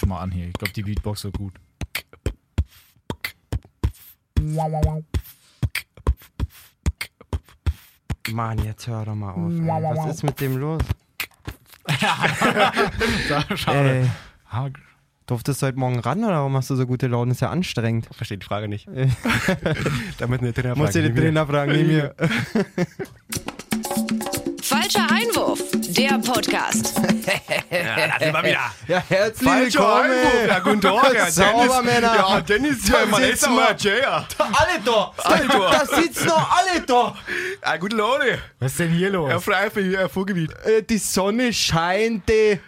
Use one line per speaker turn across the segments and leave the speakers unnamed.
schon mal an hier. Ich glaube, die Beatbox wird gut.
Mann, jetzt hör doch mal auf. Ey. Was ist mit dem los?
Schade.
Ey,
Ha,
durftest du heute Morgen ran oder warum hast du so gute Laune? Ist ja anstrengend.
Verstehe die Frage nicht.
Äh.
Damit eine Trainer
Muss dir den Trainer fragen, neben mir.
Falscher Einwurf, der Podcast.
Ja, da sind wir wieder.
Ja, herzlich
Falscher
willkommen.
Einwurf. Ja, guten Tag, Herr Dennis.
Saubermänner.
Ja, Dennis, ja,
Da
man ist
sitzen
mal
wir.
Jaya.
Alle da.
Alle da.
Da sitzen noch alle da.
Ah, gute Laune.
Was ist denn hier
Herr
los?
Frei für Ihr Vorgebiet.
Äh, Die Sonne scheint. ey.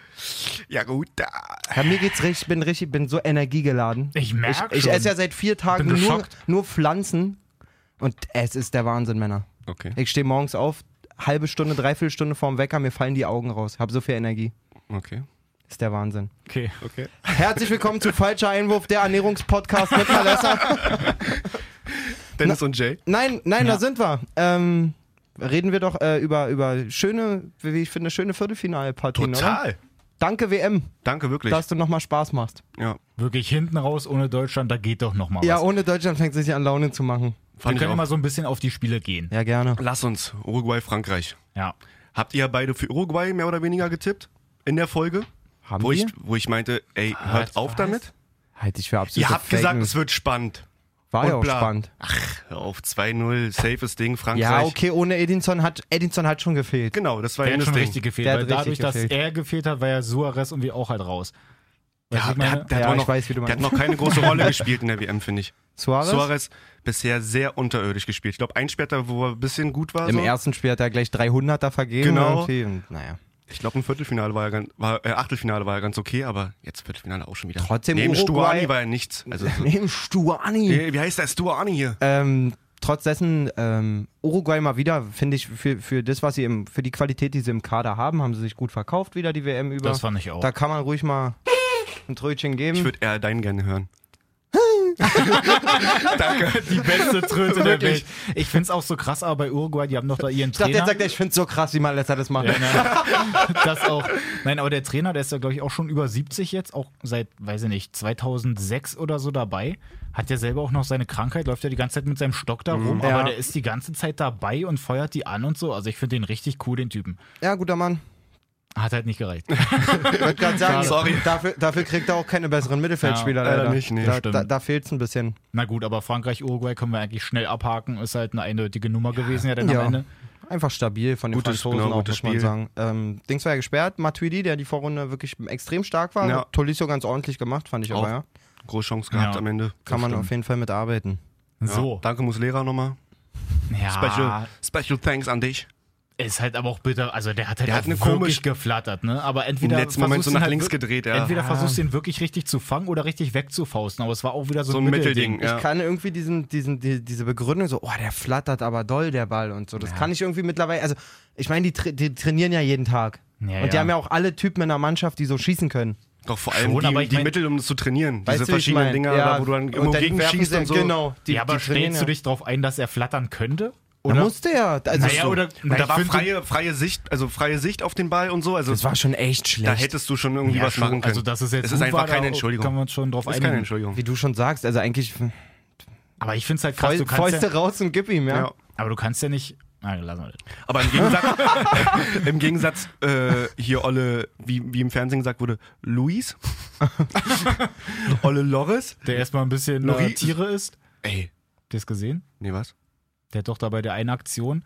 Ja, gut. da.
Ja, mir geht's richtig, ich bin richtig, bin so energiegeladen.
Ich merk
Ich
schon.
esse ja seit vier Tagen
Bin
nur,
geschockt.
nur Pflanzen und es ist der Wahnsinn, Männer.
Okay.
Ich stehe morgens auf, halbe Stunde, dreiviertel Stunde vorm Wecker, mir fallen die Augen raus. Hab so viel Energie.
Okay.
Ist der Wahnsinn.
Okay.
Okay.
Herzlich willkommen zu Falscher Einwurf, der Ernährungspodcast mit Malessa.
Dennis und Jay.
Nein, nein,
Ja.
da sind wir. Ähm, reden wir doch äh, über, über schöne, wie ich finde, schöne Viertelfinalpartien, oder?
Total.
Danke WM,
Danke, wirklich.
dass du nochmal Spaß machst.
ja.
Wirklich hinten raus ohne Deutschland, da geht doch noch mal
Ja, oh,
was.
ohne Deutschland fängt es nicht an, Laune zu machen.
Wir
Fand ich
können
auch.
immer so ein bisschen auf die Spiele gehen.
Ja, gerne.
Lass uns. Uruguay, Frankreich.
Ja.
Habt ihr beide für Uruguay mehr oder weniger getippt? In der Folge?
Haben
wo,
wir? Ah,
ich, wo ich meinte, ey, hört auf damit.
Halte ich für absolut.
Ihr habt gesagt, es wird spannend.
war ja
und
auch
bla.
spannend.
Hör auf 2-0, safes Ding, Frankreich.
Ja, okay, ohne Edinson hat Edinson hat schon gefehlt.
Genau, das war
Der hat
eben das
schon
Ding.
richtig gefehlt,
Der hat
weil dadurch,
richtig
dass
gefehlt.
er gefehlt hat, war ja Suarez und wir auch halt raus. Weißt du,
Ja,
ich
der
meine?
hat, der
Ja,
hat, auch
ich
noch,
weiß, wie du
der hat
meinst.
noch keine große Rolle gespielt in der WM, finde ich.
Suarez?
Suarez bisher sehr unterirdisch gespielt. Ich glaube, ein Spiel hat er, wo er ein bisschen gut war.
Im
so.
ersten Spiel hat er gleich 300er vergeben.
Also- Genau.
irgendwie Und, naja.
Ich glaube, im Viertelfinale war er ganz, war, äh, Achtelfinale war er ganz okay, aber jetzt Viertelfinale auch schon wieder.
Trotzdem
Neben
Uruguay-
Stuani war er nichts. Also,
Neben Stuani.
wie wie heißt der Stuani hier?
Ähm, trotz dessen, ähm, Uruguay mal wieder, finde ich, für, für das, was sie im, für die Qualität, die sie im Kader haben, haben sie sich gut verkauft wieder die WM über.
Das fand ich auch.
Da kann man ruhig mal ein Trötchen geben.
Ich würde eher deinen gerne hören.
die beste Tröte der Welt. Ich find's auch so krass, aber bei Uruguay, die haben doch da ihren
ich dachte,
Trainer.
jetzt sagt er, ich finde es so krass, wie Malessa das macht.
das auch. Nein, aber der Trainer, der ist ja, glaube ich, auch schon über 70 jetzt, auch seit, weiß ich nicht, 2006 oder so dabei. Hat ja selber auch noch seine Krankheit, läuft ja die ganze Zeit mit seinem Stock da rum,
Ja.
aber der ist die ganze Zeit dabei und feuert die an und so. Also ich finde den richtig cool, den Typen.
Ja, guter Mann.
Hat halt nicht gereicht.
Ich wollte gerade sagen,
Sorry.
Dafür, dafür kriegt er auch keine besseren Mittelfeldspieler.
Ja,
leider
leider
nicht, nee,
da
stimmt.
da, da fehlt es ein bisschen.
Na gut, aber Frankreich, Uruguay können wir eigentlich schnell abhaken. Ist halt eine eindeutige Nummer gewesen, ja, dann
Ja.
am Ende.
Einfach stabil von den
Gutes-
Franzosen
genau,
auch,
gutes
muss man
Spiel.
sagen. Ähm, Dings war ja gesperrt. Matuidi, der die Vorrunde wirklich extrem stark war.
Ja.
hat Tolisso ganz ordentlich gemacht, fand ich
Auch.
aber, ja.
Große Chance gehabt
Ja.
am Ende.
Kann man auf jeden Fall mitarbeiten.
Ja.
So.
Danke, Muslera nochmal.
Ja,
Ah.
Special, special thanks an dich.
Ist halt aber auch bitter, also der hat halt
Der
auch
hat eine
wirklich
komische-
geflattert, ne? Aber
Im
entweder
letzten Moment
versuchst
so
ihn
nach
halt
links
wir-
gedreht, ja. Ah.
Entweder versuchst du ihn wirklich richtig zu fangen oder richtig wegzufausten, aber es war auch wieder so,
so ein Mittelding.
Ich
Ja.
kann irgendwie diesen, diesen, die, diese Begründung so, oh, der flattert aber doll, der Ball und so. Das kann ich irgendwie mittlerweile, also ich meine, die, tra die trainieren ja jeden Tag.
Ja,
und die
ja.
haben ja auch alle Typen in der Mannschaft, die so schießen können.
Doch vor allem
Schon, aber
die,
ich
die
mein-
Mittel, um das zu trainieren.
Weißt
Diese
du, wie ich
verschiedenen
mein?
Dinger,
Ja,
da, wo du dann
und
irgendwo gegen
werfen
schießt
sie-
und so.
Genau,
Die, ja, aber
trainieren
stellst
ja.
du dich drauf ein, dass er flattern könnte?
Da
Oder?
musste ja. Also
Naja,
so.
oder-
Na, da
Ich
war
finde-
freie, freie Sicht, also freie Sicht auf den Ball und so. Also
Das war schon echt schlecht.
da hättest du schon irgendwie
Ja,
was
schon.
machen können.
Also das ist jetzt
es ist
gut
einfach
war, da
keine
Kann
Entschuldigung.
man uns schon drauf
Das ist keine
einigen.
Entschuldigung.
wie du schon sagst, also eigentlich
Aber ich finde es halt krass,
Fäu
du kannst
Fäuste
ja,
raus und gib ihm, ja.
Ja.
aber du kannst ja nicht. Na, lassen wir das.
Aber im Gegensatz, im Gegensatz äh, hier Olle, wie, wie im Fernsehen gesagt wurde, Luis, Olle Loris.
Der erstmal ein bisschen
Lori-
äh, Tiere ist.
Ey,
Habt ihr das gesehen?
nee, was?
Der hat doch da bei der einen Aktion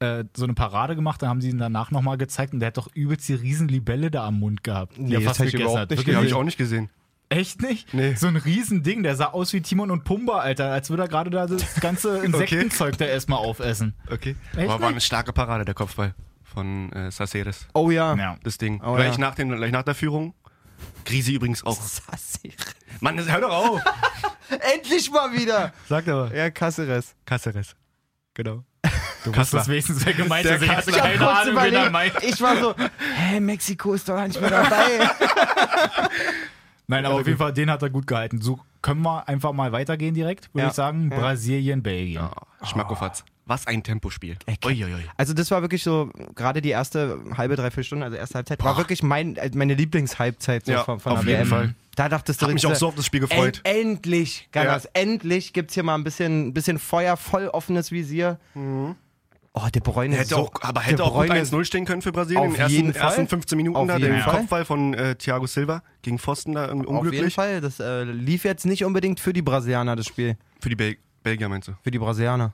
äh, so eine Parade gemacht, dann haben sie ihn danach nochmal gezeigt und der hat doch übelst die Riesenlibelle da am Mund gehabt. die
Nee,
er
das hab ich überhaupt nicht
Wirklich
Den habe
nicht.
ich auch nicht gesehen.
Echt nicht?
Nee.
So ein Riesending, der sah aus wie Timon und Pumba, Alter, als würde er gerade da das ganze Insektenzeug da erstmal aufessen.
Okay.
Echt
Aber war
nicht?
eine starke Parade, der Kopfball von äh, Saceres.
Oh ja.
Ja.
Das Ding.
Oh,
gleich,
ja.
nach den, gleich nach der Führung. Grisi übrigens auch. Mann, das- hör doch auf!
Endlich mal wieder.
Sag aber.
Ja, Kasseres.
Caceres. Genau.
Du hast
Kassler.
das wenigstens wer gemeint
Der
ist. Ich hatte
Kassler.
hab
keine
kurz
Ahnung, wen er
überlegt.
meint.
Ich war so, hä, Mexiko ist doch gar nicht mehr dabei.
Nein, aber auf jeden Fall, den hat er gut gehalten. So können wir einfach mal weitergehen direkt, würde
Ja.
ich sagen. Brasilien, Belgien.
Oh,
Oh.
Schmackofatz. Was ein Tempospiel.
Ey,
Uiuiui.
Also das war wirklich so, gerade die erste halbe, dreiviertel Stunde, also erste Halbzeit, war wirklich mein, äh, meine Lieblingshalbzeit so
Ja,
von, von
auf
der
jeden
WM.
Fall.
Da dachtest du
Hab mich
direkt
auch so auf das Spiel gefreut.
End, endlich, Ganas, endlich gibt's hier mal ein bisschen, bisschen Feuer, voll offenes Visier. Oh, De Bruyne
Mhm. Hätte
so,
auch, aber hätte
De
auch gut
Bruyne-
1-0 stehen können für Brasilien.
Auf
In den ersten,
jeden Fall.
ersten 15 Minuten
Auf
da,
jeden
den
Fall.
Kopfball von äh, Thiago Silva gegen Pfosten da irgendwie
Auf jeden
unglücklich.
Fall, das äh, lief jetzt nicht unbedingt für die Brasilianer, das Spiel.
Für die Bel Belgier meinst du?
Für die Brasilianer.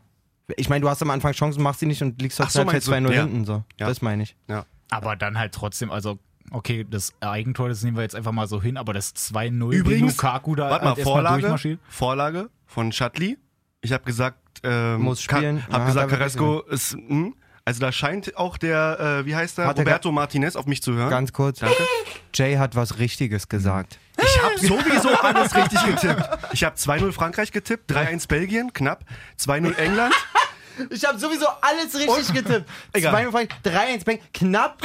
Ich meine, du hast am Anfang Chancen, machst sie nicht und liegst
Ach
halt
so, meinst du?
2-0
Ja.
hinten. So.
Ja.
Das meine ich.
Ja.
Aber dann halt trotzdem, also, okay, das Eigentor, das nehmen wir jetzt einfach mal so hin, aber das 2-0
Übrigens,
wie Lukaku da
äh,
Warte mal,
halt erstmal
Vorlage,
durchmarschiert.
Vorlage von Schattli. Ich habe gesagt, ähm,
Muss
Ka-
spielen.
Hab
Ah,
gesagt,
da wird
Carrasco ist. Mh, also da scheint auch der, äh, wie heißt der,
Hat der
Roberto Martinez auf mich zu hören.
Ganz kurz.
Danke.
Jay hat was Richtiges gesagt.
Ich habe sowieso alles richtig getippt. Ich habe 2-0 Frankreich getippt, 3-1 Belgien, knapp, 2-0 England.
Ich habe sowieso alles richtig getippt.
Egal.
Zwei Fragen, drei ins Bank, knapp.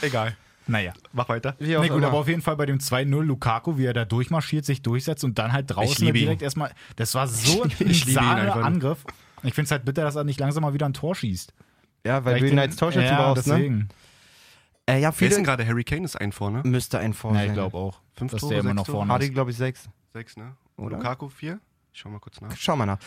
Egal. Naja.
Mach weiter.
Wie auch
Na gut,
immer.
aber auf jeden Fall bei dem 2-0 Lukaku, wie er da durchmarschiert, sich durchsetzt und dann halt draußen
liebe ihn.
direkt erstmal. Das war so ein
Ich liebe ihn
insaner
einfach.
Angriff. Ich finde es halt bitter, dass er nicht langsam mal wieder ein Tor schießt.
Ja, weil
ich
du ihn
den-
als Torschütze
ja,
brauchst, ne?
deswegen.
Äh, ja,
Wer ist denn
viele
gerade Harry Kane ist ein vor, ne?
müsste ein
Na,
Vorsehen.
ich glaube auch,
Fünf
dass
Tore,
der immer
sechs
noch
Tore.
vorne
Hardy,
ist.
glaube ich, sechs.
Sechs, ne?
Oder?
Lukaku vier. Ich schau mal kurz nach.
Schau mal nach.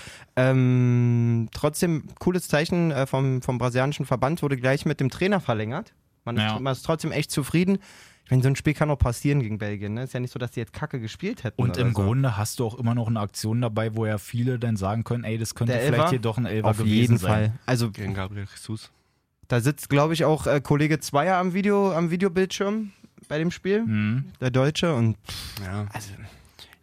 Ähm, trotzdem, cooles Zeichen äh, vom, vom brasilianischen Verband, wurde gleich mit dem Trainer verlängert. Man,
Ja.
ist, man ist trotzdem echt zufrieden. Ich meine, so ein Spiel kann auch passieren gegen Belgien. Ne? Ist ja nicht so, dass die jetzt Kacke gespielt hätten.
Und
oder
im
so.
Grunde hast du auch immer noch eine Aktion dabei, wo ja viele dann sagen können, ey, das könnte
Der
vielleicht
Elfer?
hier doch ein Elfer
Auf
gewesen
jeden
sein.
Fall. Also
Gegen Gabriel Jesus.
da sitzt, glaube ich, auch äh, Kollege Zweier am Video, am Videobildschirm bei dem Spiel,
Mhm.
der Deutsche. Und
Ja. Also,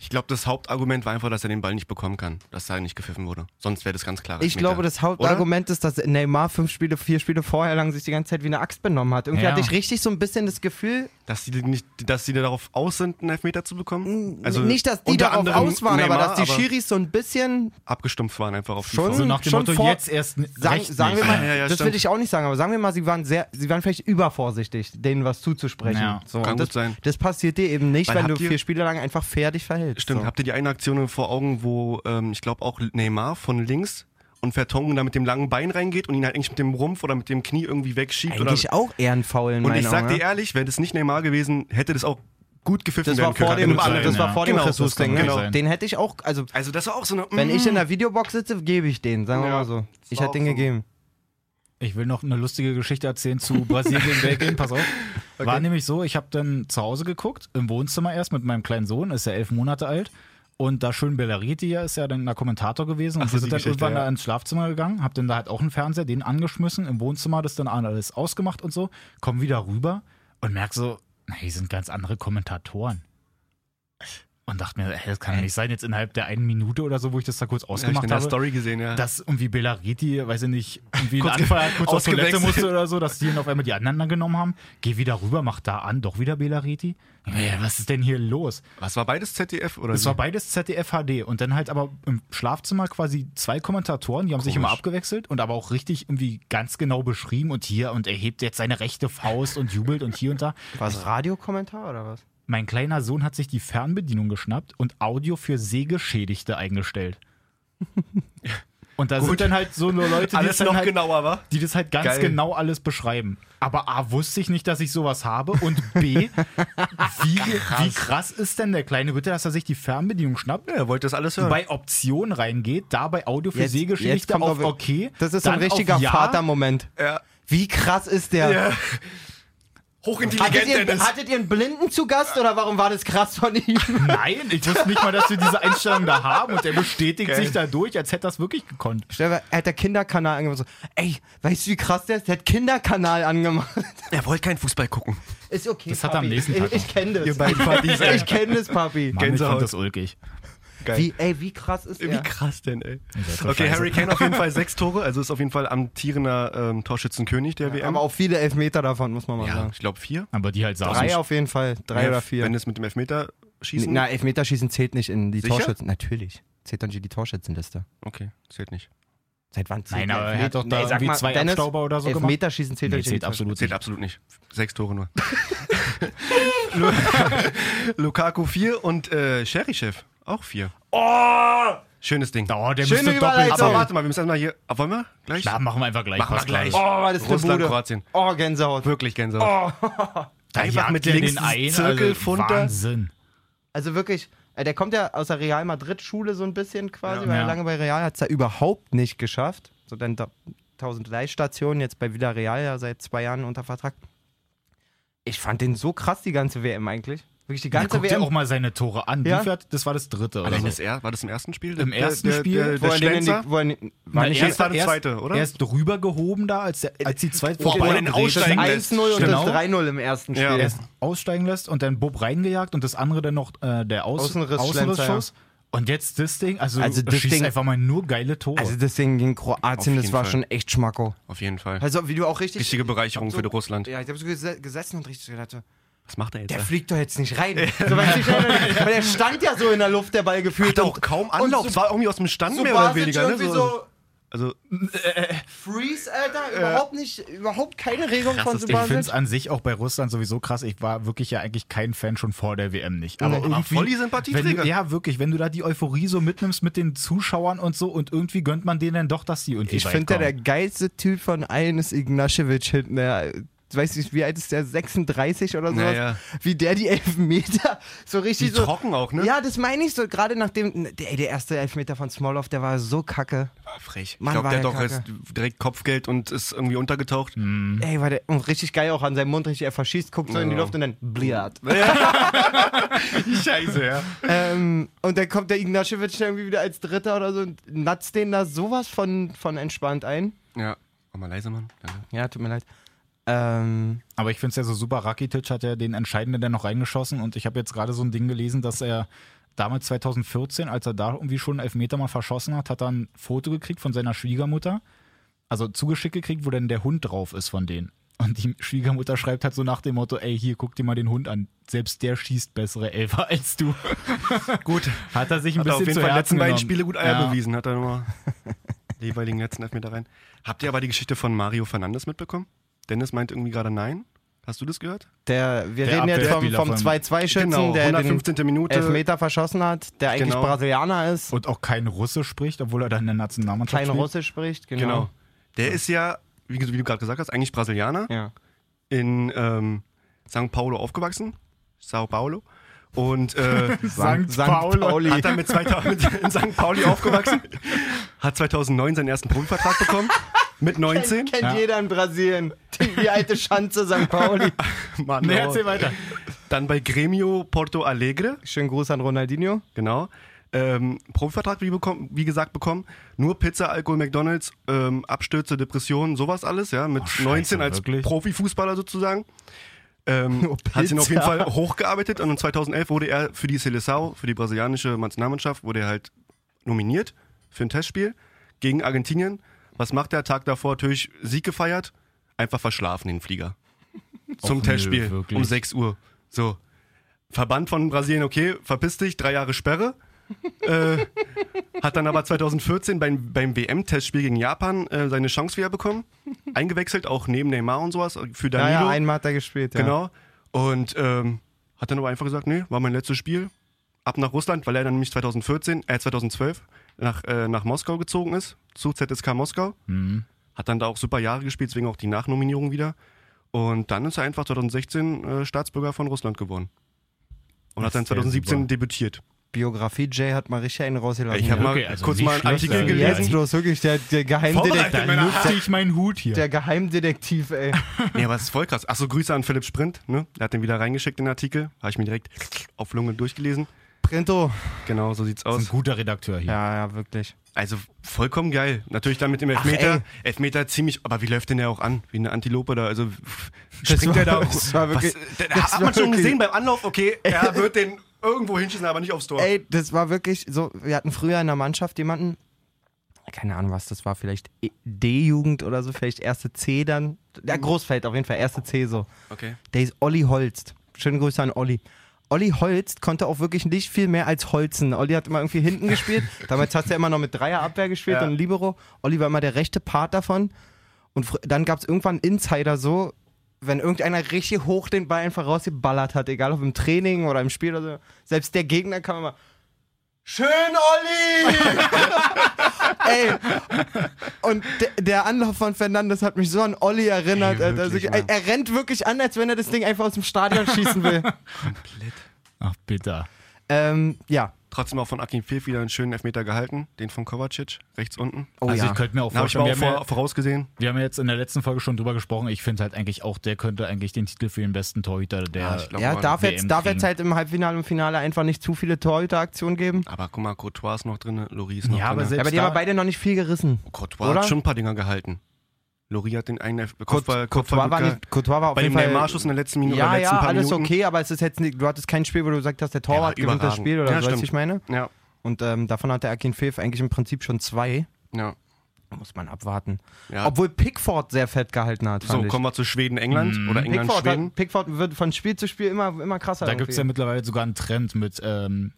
ich glaube, das Hauptargument war einfach, dass er den Ball nicht bekommen kann, dass er nicht gepfiffen wurde. Sonst wäre das ganz klar.
ich glaube, das Hauptargument ist, dass Neymar fünf Spiele, vier Spiele vorher lang sich die ganze Zeit wie eine Axt benommen hat. Irgendwie
Ja.
hatte ich richtig so ein bisschen das Gefühl,
Dass die, nicht, dass die darauf aus sind, einen Elfmeter zu bekommen.
also nicht, dass die
unter
darauf
anderem
aus waren, aber
Neymar,
dass die Schiris so bisschen,
abgestumpft waren einfach auf die
Schon?
Form.
So Also nach dem
Schon
Motto,
vor-
jetzt erst n-
sagen,
recht
sagen wir
nicht.
mal,
Ja, ja,
das
stimmt.
will ich auch nicht sagen, aber sagen wir mal, sie waren sehr, sie waren vielleicht übervorsichtig, denen was zuzusprechen.
Ja,
so,
kann
und
gut
das,
sein.
Das passiert dir eben nicht,
Weil
wenn du
habt ihr-
vier Spiele lang einfach fertig verhältst.
Stimmt,
so.
habt ihr die eine Aktion vor Augen, wo ähm, ich glaube auch Neymar von links und Vertongen da mit dem langen Bein reingeht und ihn halt eigentlich mit dem Rumpf oder mit dem Knie irgendwie wegschiebt?
Eigentlich
oder,
auch ehrenfaulen.
und ich sag dir ehrlich, wäre das nicht Neymar gewesen, hätte das auch gut gefiffen
das
werden
war vor
können.
dem,
gut sein,
das war
ja.
vor dem
Genau, das
Jesus-Ding.
kann
ne?
gut sein.
Den hätte ich auch, also
Also das war auch so eine...
wenn ich in der Videobox sitze, gebe ich den, sagen wir
Ja,
mal so.
das
Ich
war
hätte den
auch so.
gegeben.
Ich will noch eine lustige Geschichte erzählen zu Brasilien gegen Belgien. Pass auf. War nämlich so, ich habe dann zu Hause geguckt, im Wohnzimmer erst mit meinem kleinen Sohn, ist ja elf Monate alt. Und da schön Bellariti ja, ist ja dann der Kommentator gewesen. Und
Ach so,
wir
die
sind dann
Geschichte,
irgendwann
ja.
da ins Schlafzimmer gegangen, hab dann da halt auch einen Fernseher, den angeschmissen, im Wohnzimmer das dann alles ausgemacht und so. Komm wieder rüber und merk so, na, hier sind ganz andere Kommentatoren. Und dachte mir, ey, das kann ja nicht sein, jetzt innerhalb der einen Minute oder so, wo ich das da kurz
ja, ich
ausgemacht
in der
habe
Story gesehen, ja.
dass irgendwie Bellariti, weiß ich nicht, irgendwie einen
Kurz
Anfall hat, kurz auf Toilette
ausgewechselt.
musste oder so, dass die ihn auf einmal die anderen genommen haben. Geh wieder rüber, mach da an, doch wieder Bellariti. Ja, was ist denn hier los?
Was war beides ZDF oder
Es
wie?
war beides ZDF HD und dann halt aber im Schlafzimmer quasi zwei Kommentatoren, die haben sich immer
Komisch.
abgewechselt und aber auch richtig irgendwie ganz genau beschrieben und hier und er hebt jetzt seine rechte Faust und jubelt und hier und da.
War es Radiokommentar oder was?
Mein kleiner Sohn hat sich die Fernbedienung geschnappt und Audio für Sehgeschädigte eingestellt. Und da sind dann halt so nur Leute, die
alles
das dann
noch
halt
genauer, war.
die das halt ganz
Geil.
genau alles beschreiben. Aber A, wusste ich nicht, dass ich sowas habe und B, wie krass. wie krass ist denn der kleine Bitte, dass er sich die Fernbedienung schnappt,
Ja, wollte das alles hören.
bei Option reingeht, dabei Audio für
Jetzt- jetzt
Sehgeschichte
kommt
auf
aber-
OK.
Das ist so ein
dann auf
richtiger
ja.
Vatermoment.
ja.
Wie krass ist der?
Ja.
Hattet,
Hochintelligent,
ihr,
Dennis.
hattet ihr einen Blinden zu Gast oder warum war das krass von ihm?
Nein, ich wusste nicht mal, dass wir diese Einstellung da haben und er bestätigt
Geil.
sich dadurch, als hätte er es wirklich gekonnt.
Stell dir- Er hat der Kinderkanal angemacht. So, ey, weißt du, wie krass der ist? Der hat Kinderkanal angemacht.
Er wollte keinen Fußball gucken.
Ist okay.
Das hat er am
Papi.
nächsten Tag
Ich, ich kenne das.
Ihr beiden Partys, ey.
ich kenne das, Papi.
Mann, ich
Gänsehaut.
fand das ulkig.
Wie, ey, wie krass ist
Wie
der?
krass denn, ey.
seid so
Okay,
scheiße.
Harry Kane auf jeden Fall sechs Tore, also ist auf jeden Fall amtierender ähm, Torschützenkönig der WM.
Aber auch viele Elfmeter davon, muss man mal
ja,
sagen.
ich glaube vier.
Aber die halt saßen.
Drei auf jeden Fall. Drei
Ja,
oder vier.
Wenn es mit dem Elfmeter schießen.
Na, Elfmeterschießen zählt nicht in die
Sicher?
Torschützen. Natürlich. Zählt dann in die Torschützenliste.
Okay, zählt nicht.
Seit wann zählt
Nein,
der
aber er
Elfmeter-
hat doch da
sag
irgendwie zwei Abstauber oder so gemacht.
Elfmeterschießen zählt
nee,
nicht in die
zählt absolut
Zählt
nicht.
absolut nicht. Sechs Tore nur. Lu- Lukaku vier und äh, Chef auch vier.
Torschützen. Oh!
Schönes Ding.
Oh, der
Schöne
müsste doppelt
Überleitung.
sein.
Aber warte mal, wir müssen erstmal hier. Ah, Wollen wir? Gleich?
Na, machen wir einfach gleich.
Machen wir
Passt, glaub
gleich.
ich.
Oh, war das ist eine
Russland,
Bude.
Kroatien.
Oh, Gänsehaut.
Wirklich Gänsehaut.
Oh.
Da
Einfach
jagt
mit
mit der den
links diesen
einen.
Zirkelfunter.
Also, Wahnsinn.
Also wirklich, äh, der kommt ja aus der Real Madrid-Schule so ein bisschen quasi,
Ja.
weil er
Ja.
lange bei Real hat es ja überhaupt nicht geschafft. So dann 1000 Leihstationen, jetzt bei Villarreal ja seit zwei Jahren unter Vertrag. Ich fand den so krass, die ganze WM eigentlich. Wirklich die
Ja,
ganze
guck dir
WM.
auch mal seine Tore an.
Ja.
Die fährt, das war das dritte. Oder
Allein
so.
das er, war das im ersten Spiel?
Im
Der-
ersten
der,
Spiel?
Der,
wo
der,
er den in die-
Schlenzer?
wo er in- war
Na,
nicht
erst
das war
war
der zweite, oder?
Erst rübergehoben da, als, der, als die zweite
Boah, aber
Genau.
den
Dreht
aussteigen
dann-
lässt.
1-0 und
Genau.
das 3-0 im ersten Spiel.
Ja.
erst aussteigen lässt und dann Bob reingejagt und das andere dann noch äh, der Aus
Außenriss-
Außenrissschuss. Und jetzt das Ding, also,
Also
also
das
schießt
Ding-
einfach mal nur geile Tore.
Also deswegen gegen Kroatien,
Auf
das
jeden
war
Fall.
schon echt Schmacko.
Auf jeden Fall.
Also wie du auch richtig...
Richtige Bereicherung für Russland.
Ja, ich habe so ges- gesessen und richtig gedacht, so,
Was macht er jetzt?
der fliegt doch jetzt nicht rein. so, weißt du, ich meine, weil der stand ja so in der Luft, der Ball gefühlt.
hatte auch kaum Anlauf. Es war irgendwie aus dem Stand
so
mehr oder
Basic
weniger. Ne?
irgendwie so,
So, also,
Freeze, Alter. Überhaupt nicht, überhaupt keine Regung von
Krasses Ding.
ich finde es
Subasic.
an sich auch bei Russland sowieso krass. Ich war wirklich ja eigentlich kein Fan schon vor der WM nicht. Aber
Nee. Aber
irgendwie.
voll die Sympathieträger.
wenn du, ja, wirklich. Wenn du da die Euphorie so mitnimmst mit den Zuschauern und so und irgendwie gönnt man denen dann doch, dass die irgendwie
Ich finde ja, der geilste Typ von allen ist Ignaschewitsch hinten. Der, äh, weiß nicht, wie alt ist der? 36 oder sowas?
Naja.
Wie der die Elfmeter so richtig
Die
so.
trocken auch, ne?
Ja, das meine ich so. Gerade nachdem. Ey, der erste Elfmeter von Smolov, der war so kacke.
ah, frech. Ich
Mann,
glaube,
war
der hat
der
doch erst direkt Kopfgeld und ist irgendwie untergetaucht.
Ey, war der. Und richtig geil auch an seinem Mund, richtig. Er verschießt, guckt so in die
Mhm. Ja.
Luft und dann. Bliat.
Scheiße, ja.
Ähm, und dann kommt der Ignaschewitsch irgendwie wieder als Dritter oder so und natzt den da sowas von, von entspannt ein.
Ja. Mach mal leise, Mann. Danke.
Ja, tut mir leid. Ähm,
Aber ich finde es ja so super. Rakitic hat ja den Entscheidenden dann noch reingeschossen und ich habe jetzt gerade so ein Ding gelesen, dass er damals 2014, als er da irgendwie schon einen Elfmeter mal verschossen hat, hat er ein Foto gekriegt von seiner Schwiegermutter. Also zugeschickt gekriegt, wo dann der Hund drauf ist von denen. Und die Schwiegermutter schreibt halt so nach dem Motto: Ey, hier, guck dir mal den Hund an. Selbst der schießt bessere Elfer als du.
Gut.
Hat er sich ein
Hat
bisschen
er
zu
auf jeden Fall die
Herzen
letzten beiden
genommen.
Spiele gut Eier
Ja.
bewiesen. Hat er nochmal die jeweiligen letzten Elfmeter rein. Habt ihr aber die Geschichte von Mario Fernandes mitbekommen? Dennis meint irgendwie gerade nein. Hast du das gehört?
der, wir
Der
reden jetzt vom,
Abwehrspieler
vom
von-
2-2-Schützen,
Genau,
der den
115. Minute.
Elfmeter verschossen hat, der eigentlich
Genau.
Brasilianer ist,
Und auch kein Russe spricht, obwohl er dann in der Nationalmannschaft
kein
spielt.
Russisch spricht. Genau.
Genau. Der ist ja, wie, wie du gerade gesagt hast, eigentlich Brasilianer.
Ja.
in ähm, St. Paulo aufgewachsen. Sao Paulo. Und äh,
Sankt
Sankt
Pauli.
Pauli.
hat dann mit 2000, mit, in St. Pauli aufgewachsen. Hat 2009 seinen ersten Profivertrag bekommen. Mit 19.
Kennt
Ja.
jeder in Brasilien. Die, die alte Schanze St. Pauli.
Mann,
Nee,
oh.
erzähl weiter.
Dann bei Gremio Porto Alegre.
Schönen Gruß an Ronaldinho.
Genau. Ähm, Profivertrag, wie, bekommen, wie gesagt, bekommen. Nur Pizza, Alkohol, McDonalds, ähm, Abstürze, Depressionen, sowas alles, ja. Mit
Oh, Scheiße,
19 als
wirklich? Oh,
Profifußballer sozusagen. Ähm, hat sich auf jeden Fall hochgearbeitet und 2011 wurde er für die Seleção, für die brasilianische Nationalmannschaft, wurde er halt nominiert für ein Testspiel gegen Argentinien. Was macht er? Tag davor natürlich Sieg gefeiert, einfach verschlafen den Flieger. Zum
Och, nö,
Testspiel um
wirklich?
6 Uhr. So. Verband von Brasilien, okay, verpiss dich, drei Jahre Sperre. äh, hat dann aber 2014 beim, beim WM-Testspiel gegen Japan äh, seine Chance wieder bekommen. Eingewechselt, auch neben Neymar und sowas, für Danilo.
Naja, einmal hat er gespielt. Ja.
Genau. Und ähm, hat dann aber einfach gesagt, nee, war mein letztes Spiel. Ab nach Russland, weil er dann nämlich 2014, äh 2012 nach, äh, nach Moskau gezogen ist, zu ZSK Moskau.
Mhm.
Hat dann da auch super Jahre gespielt, deswegen auch die Nachnominierung wieder. Und dann ist er einfach 2016 äh, Staatsbürger von Russland geworden. Und hat
Ist
dann
der
2017
super.
debütiert.
Biografie Jay hat mal richtig einen rausgelassen.
Ich habe
Ja,
mal
okay, also
kurz
nicht
mal einen
schlecht,
Artikel
also
gelesen.
Jetzt bloß wirklich der, der Geheimdetektiv.
Vorbereitet.
Da lüfte ich meinen Hut hier.
Der Geheimdetektiv, ey.
Nee, aber es ist voll krass. Achso, Grüße an Philipp Sprint. Ne? Der hat den wieder reingeschickt, den Artikel. Habe ich mir direkt auf Lunge durchgelesen.
Printo.
Genau, so sieht's
Das
aus.
ist ein guter Redakteur hier.
Ja, ja, wirklich.
Also vollkommen geil. Natürlich dann mit dem Elfmeter. Elfmeter ziemlich, aber wie läuft denn der auch an? Wie eine Antilope da. Also pff, springt
war-
der da. um?
das war wirklich-
was, da
das
hat
war
man schon
wirklich-
gesehen beim Anlauf, okay, er wird den irgendwo hinschießen, aber nicht aufs Tor.
Ey, das war wirklich so. Wir hatten früher in der Mannschaft jemanden, keine Ahnung, was das war, vielleicht E- D-Jugend oder so, vielleicht erste C dann. Ja, Großfeld auf jeden Fall, erste C so.
Okay.
Der ist Olli Holst. Schöne Grüße an Olli. Olli Holst konnte auch wirklich nicht viel mehr als Holzen. Olli hat immer irgendwie hinten gespielt. Damals hat er immer noch mit Dreierabwehr gespielt
Ja.
und Libero. Olli war immer der rechte Part davon. Und fr- dann gab es irgendwann Insider so, wenn irgendeiner richtig hoch den Ball einfach rausgeballert hat, egal ob im Training oder im Spiel oder so. Selbst der Gegner kam immer, Schön, Olli! Ey, und de der Anlauf von Fernandes hat mich so an Olli erinnert.
Ey,
Alter. also,
wirklich,
er, er rennt wirklich an, als wenn er das Ding einfach aus dem Stadion schießen will.
Ach, bitter.
ähm, ja.
Trotzdem auch von Akin Pfiff wieder einen schönen Elfmeter gehalten. Den von Kovacic, rechts unten.
Oh
also
ja.
ich könnte mir auch
Den habe ich mal
vorstellen,
auch
wir haben,
vor, vorausgesehen.
ja, wir haben ja jetzt in der letzten Folge schon drüber gesprochen. Ich finde halt eigentlich auch, der könnte eigentlich den Titel für den besten Torhüter der.
Ja, ich glaub,
ja,
mal,
darf
WM
jetzt, darf
kriegen.
jetzt halt im Halbfinale und Finale einfach nicht zu viele Torhüter-Aktionen geben.
Aber guck mal, Courtois ist noch drin, Loris ist noch
Ja, aber
drin.
selbst-
Ja, aber die
da-
haben aber beide noch nicht viel gerissen.
Courtois
Oder?
hat schon ein paar Dinger gehalten. Loris hat den einen Elf- Kopfball,
Courtois
Kopfball
war,
gut
nicht, Courtois war auf
Bei dem
jeden Fall...
Neymar-Schuss in der letzten Minute,
ja,
oder letzten
ja,
paar
alles
Minuten.
okay, aber es ist jetzt nicht, du hattest kein Spiel, wo du gesagt hast, der Torwart gewinnt das
überragend.
Spiel
Ja,
oder so, weißt du,
stimmt.
ich meine?
Ja,
Und ähm, davon hat der Akin Fev eigentlich im Prinzip schon zwei.
ja.
Muss man abwarten.
ja.
Obwohl Pickford sehr fett gehalten hat, fand
so,
ich.
kommen wir zu Schweden, England oder England,
Pickford,
Schweden.
hat, Pickford wird von Spiel zu Spiel immer, immer krasser.
Da gibt es ja
irgendwie.
mittlerweile sogar einen Trend mit, ähm,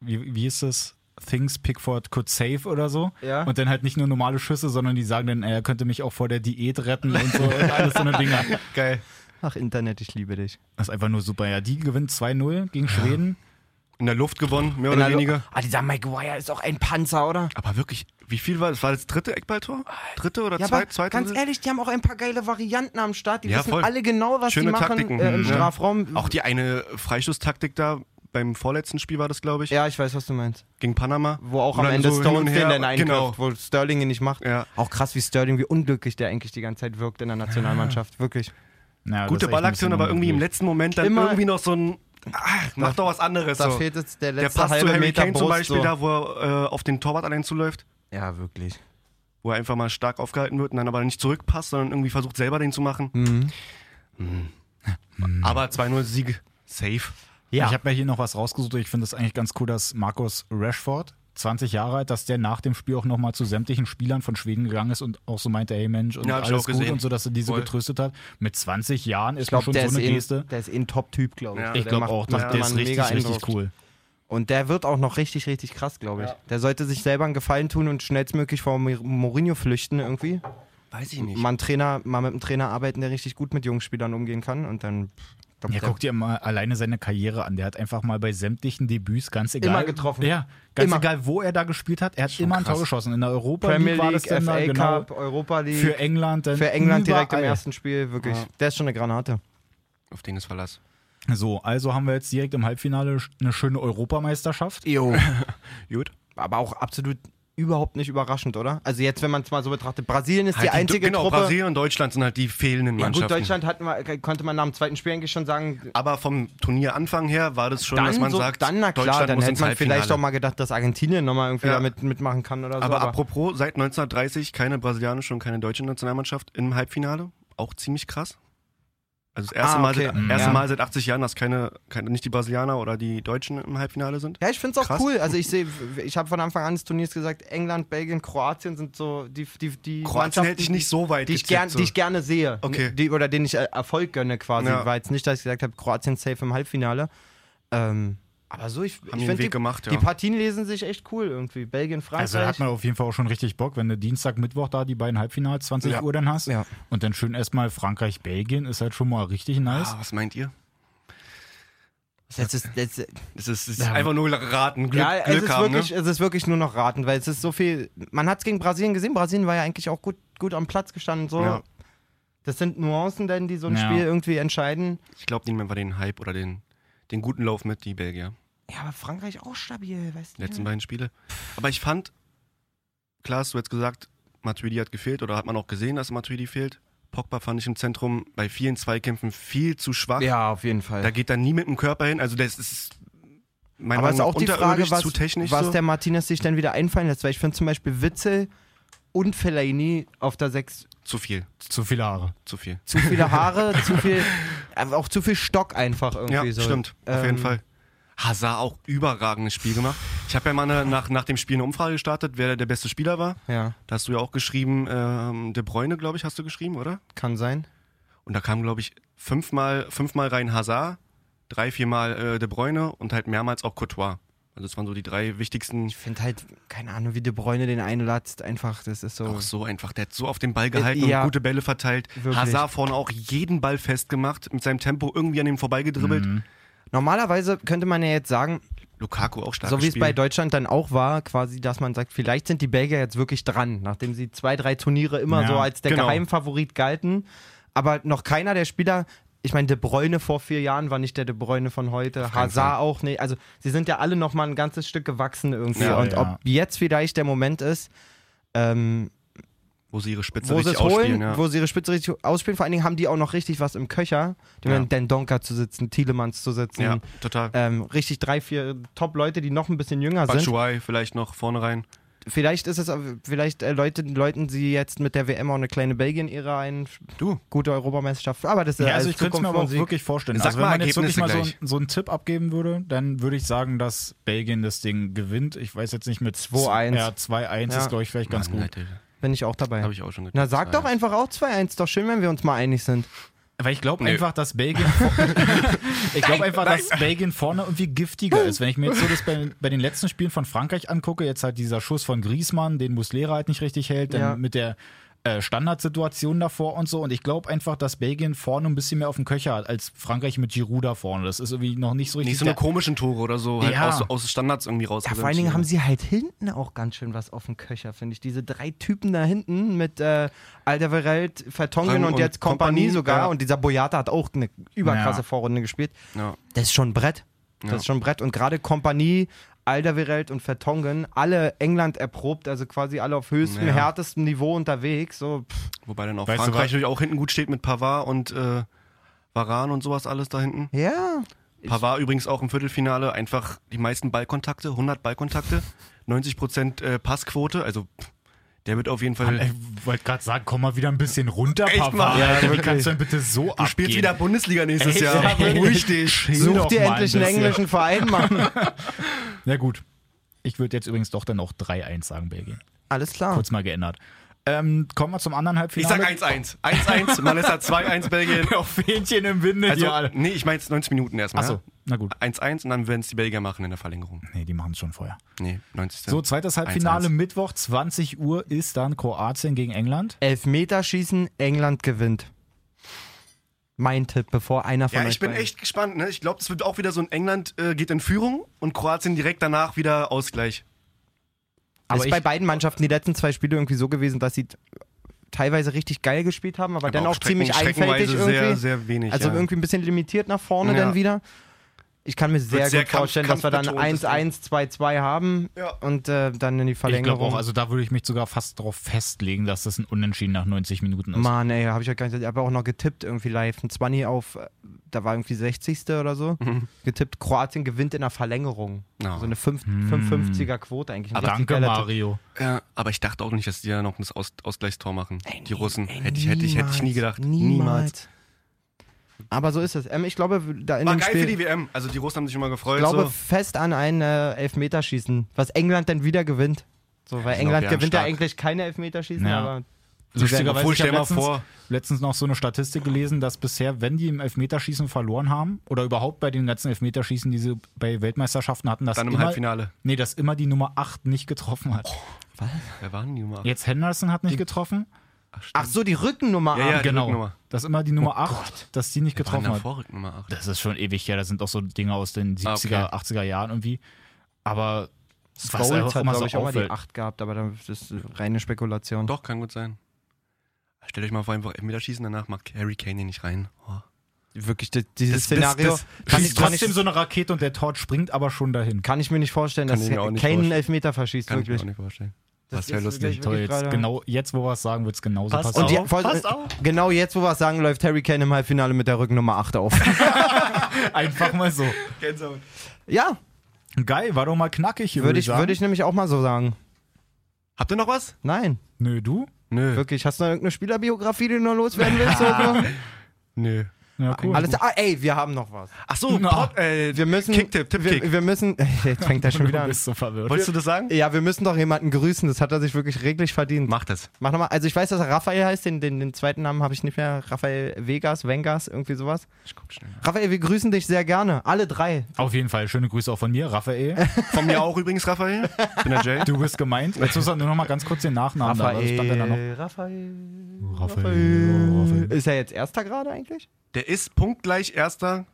wie, wie ist das? Things Pickford could save oder so.
Ja.
Ah.
Und dann halt nicht nur normale Schüsse, sondern die sagen dann, er könnte mich auch vor der Diät retten und so. und alles so eine Dinger.
Geil.
Ach, Internet, ich liebe dich.
Das ist einfach nur super. Ja, die gewinnt 2-0 gegen Schweden.
In der Luft gewonnen, mehr
Wenn
oder
er-
weniger.
Ah, dieser Mike Wire ist auch ein Panzer, oder?
Aber wirklich, wie viel war das? War das dritte Eckballtor? Dritte oder
Ja, aber
zweit, zweite?
ganz ehrlich, die haben auch ein paar geile Varianten am Start. Die
Ja,
wissen
voll.
alle genau, was
Schöne
die machen
Taktiken.
äh, im
Mhm.
Strafraum.
Auch die eine Freistoßtaktik da beim vorletzten Spiel war das, glaube ich,
ja, ich weiß, was du meinst.
gegen Panama.
Wo auch
Wo
am
dann
Ende
so hin und
Stones
her-
den dann einköpft,
genau.
wo Sterling ihn nicht macht.
Ja.
Auch krass, wie Sterling, wie unglücklich der eigentlich die ganze Zeit wirkt in der Nationalmannschaft. Wirklich.
Naja, das
Gute
ist echt ein
Ballaktion,
bisschen
aber irgendwie im
unglücklich.
letzten Moment dann
Immer-
irgendwie noch so ein. Ach, mach doch was anderes.
Da
so.
fehlt jetzt der
Der
letzte
Pass zu
halbe
Harry
Meter
Kane
Brust,
zum Beispiel,
so.
da wo er äh, auf den Torwart allein zuläuft,
Ja, wirklich.
wo er einfach mal stark aufgehalten wird und dann aber nicht zurückpasst, sondern irgendwie versucht selber den zu machen. Mhm. Aber 2-0 Sieg. Safe.
Ja.
Ich habe mir hier noch was rausgesucht. Ich finde es eigentlich ganz cool, dass Markus Rashford, 20 Jahre alt, dass der nach dem Spiel auch nochmal zu sämtlichen Spielern von Schweden gegangen ist und auch so meinte, hey Mensch, und
Ja, hab ich
alles
auch
gut
gesehen.
und so, dass er diese
Voll.
getröstet hat. Mit 20 Jahren ist
Ich glaube,
schon so
der,
eine
ist eh-
Geste.
der ist eh ein Top-Typ, glaube ich.
Ja.
Der
Ich glaube
macht-
auch,
macht
der, der
immer
ist
einen
richtig,
mega
richtig
Eindruck.
cool.
Und der wird auch noch richtig, richtig krass, glaube ich. Der sollte sich selber einen Gefallen tun und schnellstmöglich vor Mourinho- Mourinho flüchten irgendwie.
Weiß ich
Mal, einen Trainer, mal mit einem Trainer arbeiten, der richtig gut mit jungen Spielern umgehen kann. Und dann. pff, glaub,
Ja,
der-
guck dir mal alleine seine Karriere an. Der hat einfach mal bei sämtlichen Debüts, ganz egal.
Immer getroffen.
Ja, ganz
Immer.
egal, wo er da gespielt hat, er hat immer ein Tor geschossen. In der Europa
Premier
League war das
League, FA
denn da, genau.
Cup, Europa League.
Für England dann.
Für England direkt im
überall.
ersten Spiel, wirklich.
Ja.
Der ist schon eine Granate.
Auf den ist Verlass.
So, also haben wir jetzt direkt im Halbfinale eine schöne Europameisterschaft.
Jo.
Gut.
Aber auch absolut überhaupt nicht überraschend, oder? Also jetzt, wenn man es mal so betrachtet, Brasilien ist die
Halt
einzige
genau,
Truppe.
Brasilien und Deutschland sind halt die fehlenden
ja,
Mannschaften.
gut, Deutschland hatten wir, konnte man nach dem zweiten Spiel eigentlich schon sagen,
Aber vom Turnieranfang her war das schon, dass man
so,
sagt,
dann na klar,
Deutschland
dann
muss
hätte
ins
man vielleicht
Halbfinale.
auch mal gedacht, dass Argentinien nochmal irgendwie
Ja.
da mit, mitmachen kann oder so.
Aber apropos, seit 1930 keine brasilianische und keine deutsche Nationalmannschaft im Halbfinale. Auch ziemlich krass. Also das erste,
Ah,
Mal,
okay.
seit,
Mhm.
erste
Ja.
Mal seit 80 Jahren, dass keine, keine, nicht die Brasilianer oder die Deutschen im Halbfinale sind.
ja, ich finde es auch
Krass.
cool. Also ich sehe, ich habe von Anfang an des Turniers gesagt, England, Belgien, Kroatien sind so die die die
Kroatien hätte ich nicht so weit
die ich,
gezippt,
gern,
so.
die ich gerne sehe.
Okay.
Die, oder den ich äh, Erfolg gönne quasi.
Ja.
War jetzt nicht, dass ich gesagt habe, Kroatien safe im Halbfinale. Ähm, aber so, ich, ich
den
finde,
Weg
die,
gemacht, ja.
die Partien lesen sich echt cool irgendwie. Belgien,
Also da
Frankreich.
hat man auf jeden Fall auch schon richtig Bock, wenn du Dienstag, Mittwoch da die beiden Halbfinals 20
Ja.
Uhr dann hast.
Ja.
Und dann schön erstmal Frankreich, Belgien, ist halt schon mal richtig nice.
Ah, was meint ihr?
das ist, das ist,
Es ist, es ist
Ja.
einfach nur raten. Glück,
ja, es
Glück
ist,
haben,
wirklich,
ne?
es ist wirklich nur noch raten, weil es ist so viel. Man hat es gegen Brasilien gesehen. Brasilien war ja eigentlich auch gut, gut am Platz gestanden. So.
Ja.
Das sind Nuancen, denn, die so ein
Ja.
Spiel irgendwie entscheiden.
Ich glaube, nehmen einfach den Hype oder den, den guten Lauf mit, die Belgier.
Ja, aber Frankreich auch stabil, weißt
Die
du?
letzten beiden Spiele. Aber ich fand, klar hast du jetzt gesagt, Matuidi hat gefehlt oder hat man auch gesehen, dass Matuidi fehlt. Pogba fand ich im Zentrum bei vielen Zweikämpfen viel zu schwach.
Ja, auf jeden Fall.
Da geht dann nie mit dem Körper hin. Also das ist mein
aber es ist auch die Frage, was,
zu technisch
was
so.
der Martinez sich dann wieder einfallen lässt. Weil ich finde zum Beispiel Witzel und Fellaini auf der 6
zu viel,
Zu viele Haare.
zu viel.
zu viele Haare, zu viel, aber auch zu viel Stock einfach irgendwie
Ja,
so.
stimmt, auf jeden
Ähm,
Fall. Hazard auch überragendes Spiel gemacht. Ich habe ja mal eine, nach, nach dem Spiel eine Umfrage gestartet, wer der beste Spieler war.
Ja,
Da hast du ja auch geschrieben, ähm, De Bruyne, glaube ich, hast du geschrieben, oder?
kann sein.
Und da kam, glaube ich, fünfmal, fünfmal rein Hazard, drei, viermal äh, De Bruyne und halt mehrmals auch Courtois. Also das waren so die drei wichtigsten.
Ich finde halt, keine Ahnung, wie De Bruyne den einlatzt, einfach, das ist so.
Auch so einfach, der hat so auf den Ball gehalten
Ja.
und gute Bälle verteilt.
Wirklich.
Hazard vorne auch jeden Ball
Mhm.
festgemacht, mit seinem Tempo irgendwie an ihm vorbeigedribbelt.
Normalerweise könnte man ja jetzt sagen,
Lukaku auch stark
So wie es
gespielt.
bei Deutschland dann auch war, quasi, dass man sagt, vielleicht sind die Belgier jetzt wirklich dran, nachdem sie zwei, drei Turniere immer
Ja,
so als der
genau.
Geheimfavorit galten. Aber noch keiner der Spieler, ich meine, De Bruyne vor vier Jahren war nicht der De Bruyne von heute,
keinen
Hazard auch nicht. Also sie sind ja alle nochmal ein ganzes Stück gewachsen irgendwie.
Ja,
Und
ja.
ob jetzt vielleicht der Moment ist, ähm,
wo sie ihre Spitze
wo sie
richtig
es holen,
ausspielen. Ja.
wo sie ihre Spitze richtig ausspielen. Vor allen Dingen haben die auch noch richtig was im Köcher. Die
Ja.
haben Den Donker zu sitzen, Tielemans zu sitzen.
ja, total.
Ähm, richtig drei, vier Top-Leute, die noch ein bisschen jünger sind.
Batshuayi vielleicht noch vorne rein.
Vielleicht ist es, vielleicht äh, läuten, läuten sie jetzt mit der WM auch eine kleine Belgien-Ära ein.
Du.
Gute Europameisterschaft. Aber das ist
Ja,
alles
also ich könnte es mir aber auch
Zukunftsmusik.
wirklich vorstellen.
Sag
also wenn
mal
man jetzt wirklich mal so,
Ergebnisse
ein- so einen Tipp abgeben würde, dann würde ich sagen, dass Belgien das Ding gewinnt. Ich weiß jetzt nicht mit
2-1.
Ja, 2-1
Ja.
ist, glaube ich, vielleicht ganz
Mann,
gut.
Leute,
Bin ich auch dabei.
Hab ich auch schon gedacht.
Na, sag
Ja.
doch einfach auch 2-1. Doch schön, wenn wir uns mal einig sind.
Weil ich glaube
Nö.
einfach, dass Belgien. ich glaube einfach, dass Belgien vorne irgendwie giftiger ist. Wenn ich mir jetzt so das bei, bei den letzten Spielen von Frankreich angucke, jetzt halt dieser Schuss von Griezmann, den Muslera halt nicht richtig hält, dann
Ja.
mit der äh, Standardsituation davor und so. Und ich glaube einfach, dass Belgien vorne ein bisschen mehr auf dem Köcher hat als Frankreich mit Giroud da vorne. Das ist irgendwie noch nicht so richtig.
Nicht so eine
der-
komischen Tore oder so, halt
Ja.
aus, aus Standards irgendwie ne? raus.
Ja, vor allen Dingen haben sie halt hinten auch ganz schön was auf dem Köcher, finde ich. Diese drei Typen da hinten mit äh, Alderweireld, Vertongen
Rang
und,
und
jetzt Kompanie
Kompanie,
sogar.
ja.
Und dieser Boyata hat auch eine überkrasse
Ja.
Vorrunde gespielt.
Ja.
Das ist schon ein Brett. Das
Ja.
ist schon ein Brett. Und gerade Kompanie, Alderweireld und Vertongen, alle England erprobt, also quasi alle auf höchstem,
Ja.
härtestem Niveau unterwegs. So, pff,
Wobei dann auch
Weißt du
Frankreich
was?
natürlich auch hinten gut steht mit Pavard und äh, Varane und sowas alles da hinten.
ja.
Pavard übrigens auch im Viertelfinale einfach die meisten Ballkontakte, 100 Ballkontakte, 90% äh, Passquote, also pff, der wird auf jeden Fall...
Ich wollte gerade sagen, komm mal wieder ein bisschen runter,
Echt mal?
Papa.
Ja,
Wie kannst du denn bitte so
du spielst
abgehen?
wieder Bundesliga nächstes
Echt?
Jahr,
Ja, Genau.
beruhig dich.
Chill
Such
doch
dir
mal ein
endlich einen
bisschen.
englischen Verein, Mann.
Na gut. Ich würde jetzt übrigens doch dann auch 3-1 sagen, Belgien.
Alles klar.
Kurz mal geändert. Ähm, kommen wir zum anderen
Ah. Ich sag
Halbfinale.
1-1. 1-1, Malessa 2-1 Belgien.
auf Fähnchen im Winde
Also,
hier alle.
nee, ich meine 90 Minuten erstmal.
Achso,
ja?
na gut.
1-1 und dann werden es die Belgier machen in der Verlängerung.
Nee, die machen es schon vorher.
Nee, 90.
So, zweites Halbfinale
1-1.
Mittwoch, 20 Uhr ist dann Kroatien gegen England.
Elfmeterschießen, England gewinnt. Mein Tipp, bevor einer von
Ja,
euch
ich bin
beiden-
echt gespannt. Ne? Ich glaube, es wird auch wieder so ein England äh, geht in Führung und Kroatien direkt danach wieder Ausgleich.
Aber
ist
ich-
bei beiden Mannschaften die letzten zwei Spiele irgendwie so gewesen, dass sie teilweise richtig geil gespielt haben, aber, dann auch
Strecken-
ziemlich einfältig
streckenweise
irgendwie.
sehr, sehr wenig.
also
ja.
irgendwie ein bisschen limitiert nach vorne
Ja.
dann wieder. Ich kann mir sehr,
sehr
gut
kampf-
vorstellen, dass wir dann
kampfbetontes
1-1, 2-2 haben
Ja.
und äh, dann in die
Ich glaube
Verlängerung.
auch, also da würde ich mich sogar fast drauf festlegen, dass das ein Unentschieden nach 90 Minuten ist.
Mann, ey, habe ich ja gar nicht. Ich habe auch noch getippt irgendwie live. Ein 20 auf, äh, da war irgendwie 60. oder so. Getippt, Kroatien gewinnt in der Verlängerung.
Mhm. Ja.
So eine 5, 550er Quote eigentlich. Ein
Aber
richtig
Mhm. danke,
geiler Tipp.
Mario.
ja, aber ich dachte auch nicht, dass die da noch das Aus Ausgleichstor machen. die Russen.
Ey,
hätte, ich, hätte, ich, hätte ich nie gedacht.
Niemals. Aber so ist es. Ähm, ich glaube, da in
War
dem
geil
Spiel,
für die WM. Also die Russen haben sich immer gefreut.
ich glaube
so.
fest an ein äh, Elfmeterschießen, was England dann wieder gewinnt. So, weil
die sind auch
England
wieder
gewinnt ja
stark.
eigentlich keine Elfmeterschießen,
Ja.
aber
Lustigerweise,
Obwohl,
ich
stell
habe
mal
letztens,
vor.
letztens noch so eine Statistik gelesen, dass bisher, wenn die im Elfmeterschießen verloren haben oder überhaupt bei den ganzen Elfmeterschießen, die sie bei Weltmeisterschaften hatten, dass,
Dann im
immer,
Halbfinale. Oh.
nee, dass immer die Nummer 8 nicht getroffen hat.
Wer waren die Nummer? acht?
Jetzt Henderson hat nicht getroffen.
ach so, die Oh Rückennummer
Ja,
ab.
ja, die
Genau.
Rückennummer.
Dass immer die Nummer 8, dass die nicht
Waren
getroffen hat.
davor Nummer 8.
Das ist schon ewig her. Da sind auch so Dinge aus den
Ah,
70er, 80er Jahren irgendwie. Aber was
Scholes
einfach
hat,
immer
glaube
so
ich, auch mal die
auffällt.
8 gehabt, aber dann- das ist reine Spekulation.
Doch, kann gut sein. Stellt euch mal vor, einfach Elfmeterschießen, danach macht Harry Kane den nicht rein. Oh.
Wirklich, di- dieses
Das- das-
Szenario
das-
kann, ich,
Schießt
kann, ich,
trotzdem so eine Rakete und der Todd springt aber schon dahin.
kann ich mir nicht vorstellen,
Kann
dass
ich mir auch
Kane
nicht
einen
vorstellen.
Elfmeter verschießt,
Kann
wirklich.
ich mir auch nicht vorstellen.
Das
Das wäre
ist
lustig.
wirklich-
Toll, jetzt,
gerade-
genau, jetzt, wo wir es sagen, wird es genauso
Passt
passieren.
Und die,
Auf,
voll,
passt auf.
genau jetzt, wo wir es sagen, läuft Harry Kane im Halbfinale mit der Rückennummer 8 auf.
Einfach mal so.
Gänsehaut.
ja,
Geil, war doch mal knackig hier.
würde ich,
sagen.
würde ich nämlich auch mal so sagen.
Habt ihr noch was?
Nein,
Nö, du?
Nö.
wirklich. Hast du noch irgendeine Spielerbiografie, die du noch loswerden willst? oder
Nö.
Ja,
so?
cool.
Alles, ah, ey, wir haben noch was.
Ach so,
Na.
Pod, äh,
Wir müssen.
Kicktipp, Tippkick.
Wir, wir müssen. Jetzt fängt er schon wieder
du
an.
bist so verwirrt.
wolltest du das sagen?
Ja, wir müssen doch jemanden grüßen. Das hat er sich wirklich reglich verdient.
Mach das.
Mach nochmal. Also, ich weiß, dass er Raphael heißt. Den, den, den zweiten Namen habe ich nicht mehr. Raphael Vegas, Vengas, irgendwie sowas.
Ich guck schnell.
Raphael, wir grüßen dich sehr gerne. Alle drei.
Auf jeden Fall, schöne Grüße auch von mir, Raphael.
Von mir auch übrigens, Raphael. Ich bin der Jay.
Du bist gemeint. Jetzt müssen wir nur noch mal ganz kurz den
Ah,
Nachnamen da. was stand denn da noch?
Raphael, Raphael.
Raphael.
Ist er jetzt Erster gerade eigentlich?
Der ist punktgleich Erster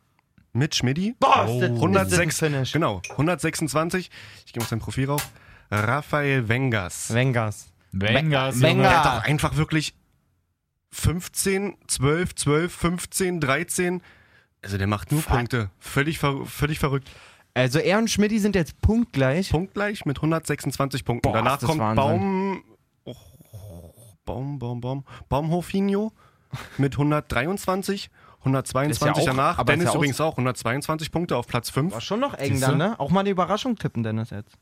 mit Schmidti.
Boah,
Oh.
ist das,
106,
ist das ein Finish.
genau, 126. Ich gehe auf sein Profil rauf. Raphael Wengers.
Vengas.
Vengas.
Wenger.
Junge.
Der hat doch einfach wirklich 15, 12, 12, 15, 13. Also der macht nur
Fuck.
Punkte. Völlig, ver völlig verrückt.
Also er und Schmidti sind jetzt punktgleich.
Punktgleich mit 126 Punkten.
Boah,
Danach
ist das
kommt
Wahnsinn.
Baum. Oh, Baum, Baum, Baum. Baumhofinho mit 123. 122
Ist ja auch-
danach.
aber ist
Dennis
ja auch-
übrigens auch 122 Punkte auf Platz 5.
War schon noch eng
Siehste?
dann, ne? Auch mal eine Überraschung tippen, Dennis, jetzt.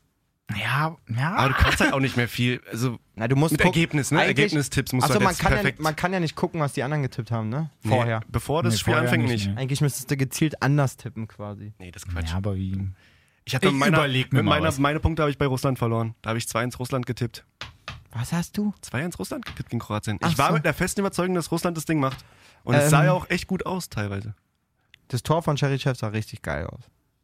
Ja,
Aber
ja.
du kannst halt auch nicht mehr viel. Also
Na, du musst
mit
gucken-
Ergebnis, ne?
eigentlich-
Ergebnistipps musst du
Achso,
halt
man,
jetzt
kann ja,
perfekt.
man kann ja nicht gucken, was die anderen getippt haben, ne?
Nee,
Vorher.
bevor das
Nee,
Spiel
vorher
anfängt, nicht.
nee.
Eigentlich müsstest du gezielt anders tippen, quasi.
Nee, das ist Quatsch.
Ja, aber wie.
Ich hatte
Ich
meine,
überleg mir
mit
mal
meiner,
was.
meine Punkte habe ich bei Russland verloren. Da habe ich 2-1 Russland getippt.
Was hast du?
2-1 Russland getippt gegen Kroatien.
Ach
ich war
so.
mit der festen Überzeugung, dass Russland das Ding macht. Und
Ähm.
es sah ja auch echt gut aus teilweise.
Das Tor von Cherichev sah richtig geil aus.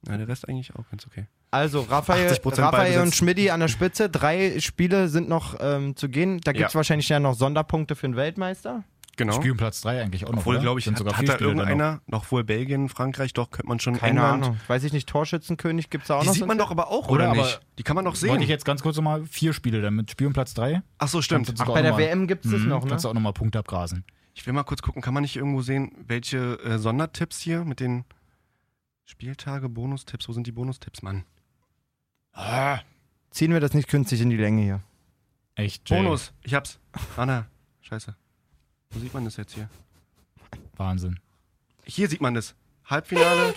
Ja, der Rest eigentlich auch ganz okay.
Also Raphael,
80%
Raphael und
Ballbesitz.
Schmidti an der Spitze. Drei Spiele sind noch ähm, zu gehen. Da gibt es
Ja.
wahrscheinlich ja noch Sonderpunkte für den Weltmeister.
Genau.
Spielen um Platz 3 eigentlich auch noch.
Obwohl,
oder?
glaube ich,
Sind
hat,
sogar
hat
vier
da
Spiele dann noch.
irgendeiner, noch wohl Belgien, Frankreich, doch, könnte man schon
Keine
England.
Ahnung. Weiß ich nicht, Torschützenkönig gibt es auch
Die
noch.
sieht man doch aber auch,
Oder
oder,
aber-
nicht? Die kann man doch
Wollte ich
sehen.
jetzt ganz kurz nochmal vier Spiele dann mit Spiel und Platz 3.
Ach so, stimmt.
Kannst du
Ach,
sogar
bei
auch
der
noch mal-
WM gibt es das
Mhm,
noch, ne?
Kannst du auch nochmal Punkte abgrasen.
Ich will mal kurz gucken, kann man nicht irgendwo sehen, welche äh, Sondertipps hier mit den Spieltage, Bonustipps, wo sind die Bonustipps, Mann?
Ziehen wir das nicht künstlich in die Länge hier.
Echt, Jay.
Bonus, ich hab's. Anna, scheiße. Wo sieht man das jetzt hier?
Wahnsinn.
Hier sieht man das. Halbfinale.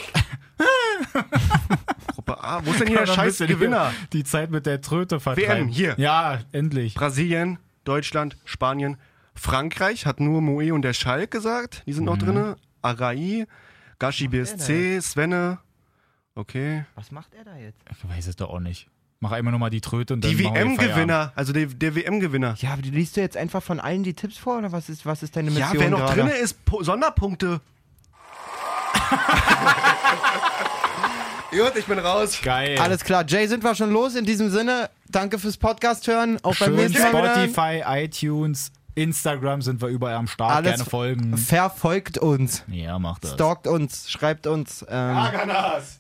Gruppe A. Wo ist denn hier der
Dann
scheiß
bist du die-
Gewinner?
Die Zeit mit der Tröte vertreiben.
WM, hier.
Ja, endlich.
Brasilien, Deutschland, Spanien, Frankreich hat nur Moe und der Schalk gesagt. Die sind noch drinne. Arai, Gashi BSC, Svenne. Okay.
Was macht er da jetzt?
Ich weiß es doch auch nicht. Mach einmal nochmal die Tröte und dann
Die
machen wir Feierabend.
WM-Gewinner, also der, der WM-Gewinner.
Ja, aber die liest du jetzt einfach von allen die Tipps vor oder was ist, was ist deine
Ja,
Mission
wer noch
gerade?
drinne ist, Po- Sonderpunkte. Gut, ich bin raus.
Geil.
Alles klar, Jay, sind wir schon los in diesem Sinne. Danke fürs Podcast hören. Auch beim
Schön
nächsten Mal wieder.
Spotify, iTunes, Instagram sind wir überall am Start.
Alles-
Gerne folgen.
Verfolgt uns,
Ja, macht das.
stalkt uns, schreibt uns. Ähm,
Aganas.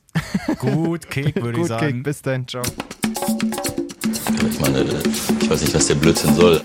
Gut Kick, würde ich
gut, Kick,
sagen.
bis dann, ciao.
Ich meine, ich weiß nicht, was der Blödsinn soll.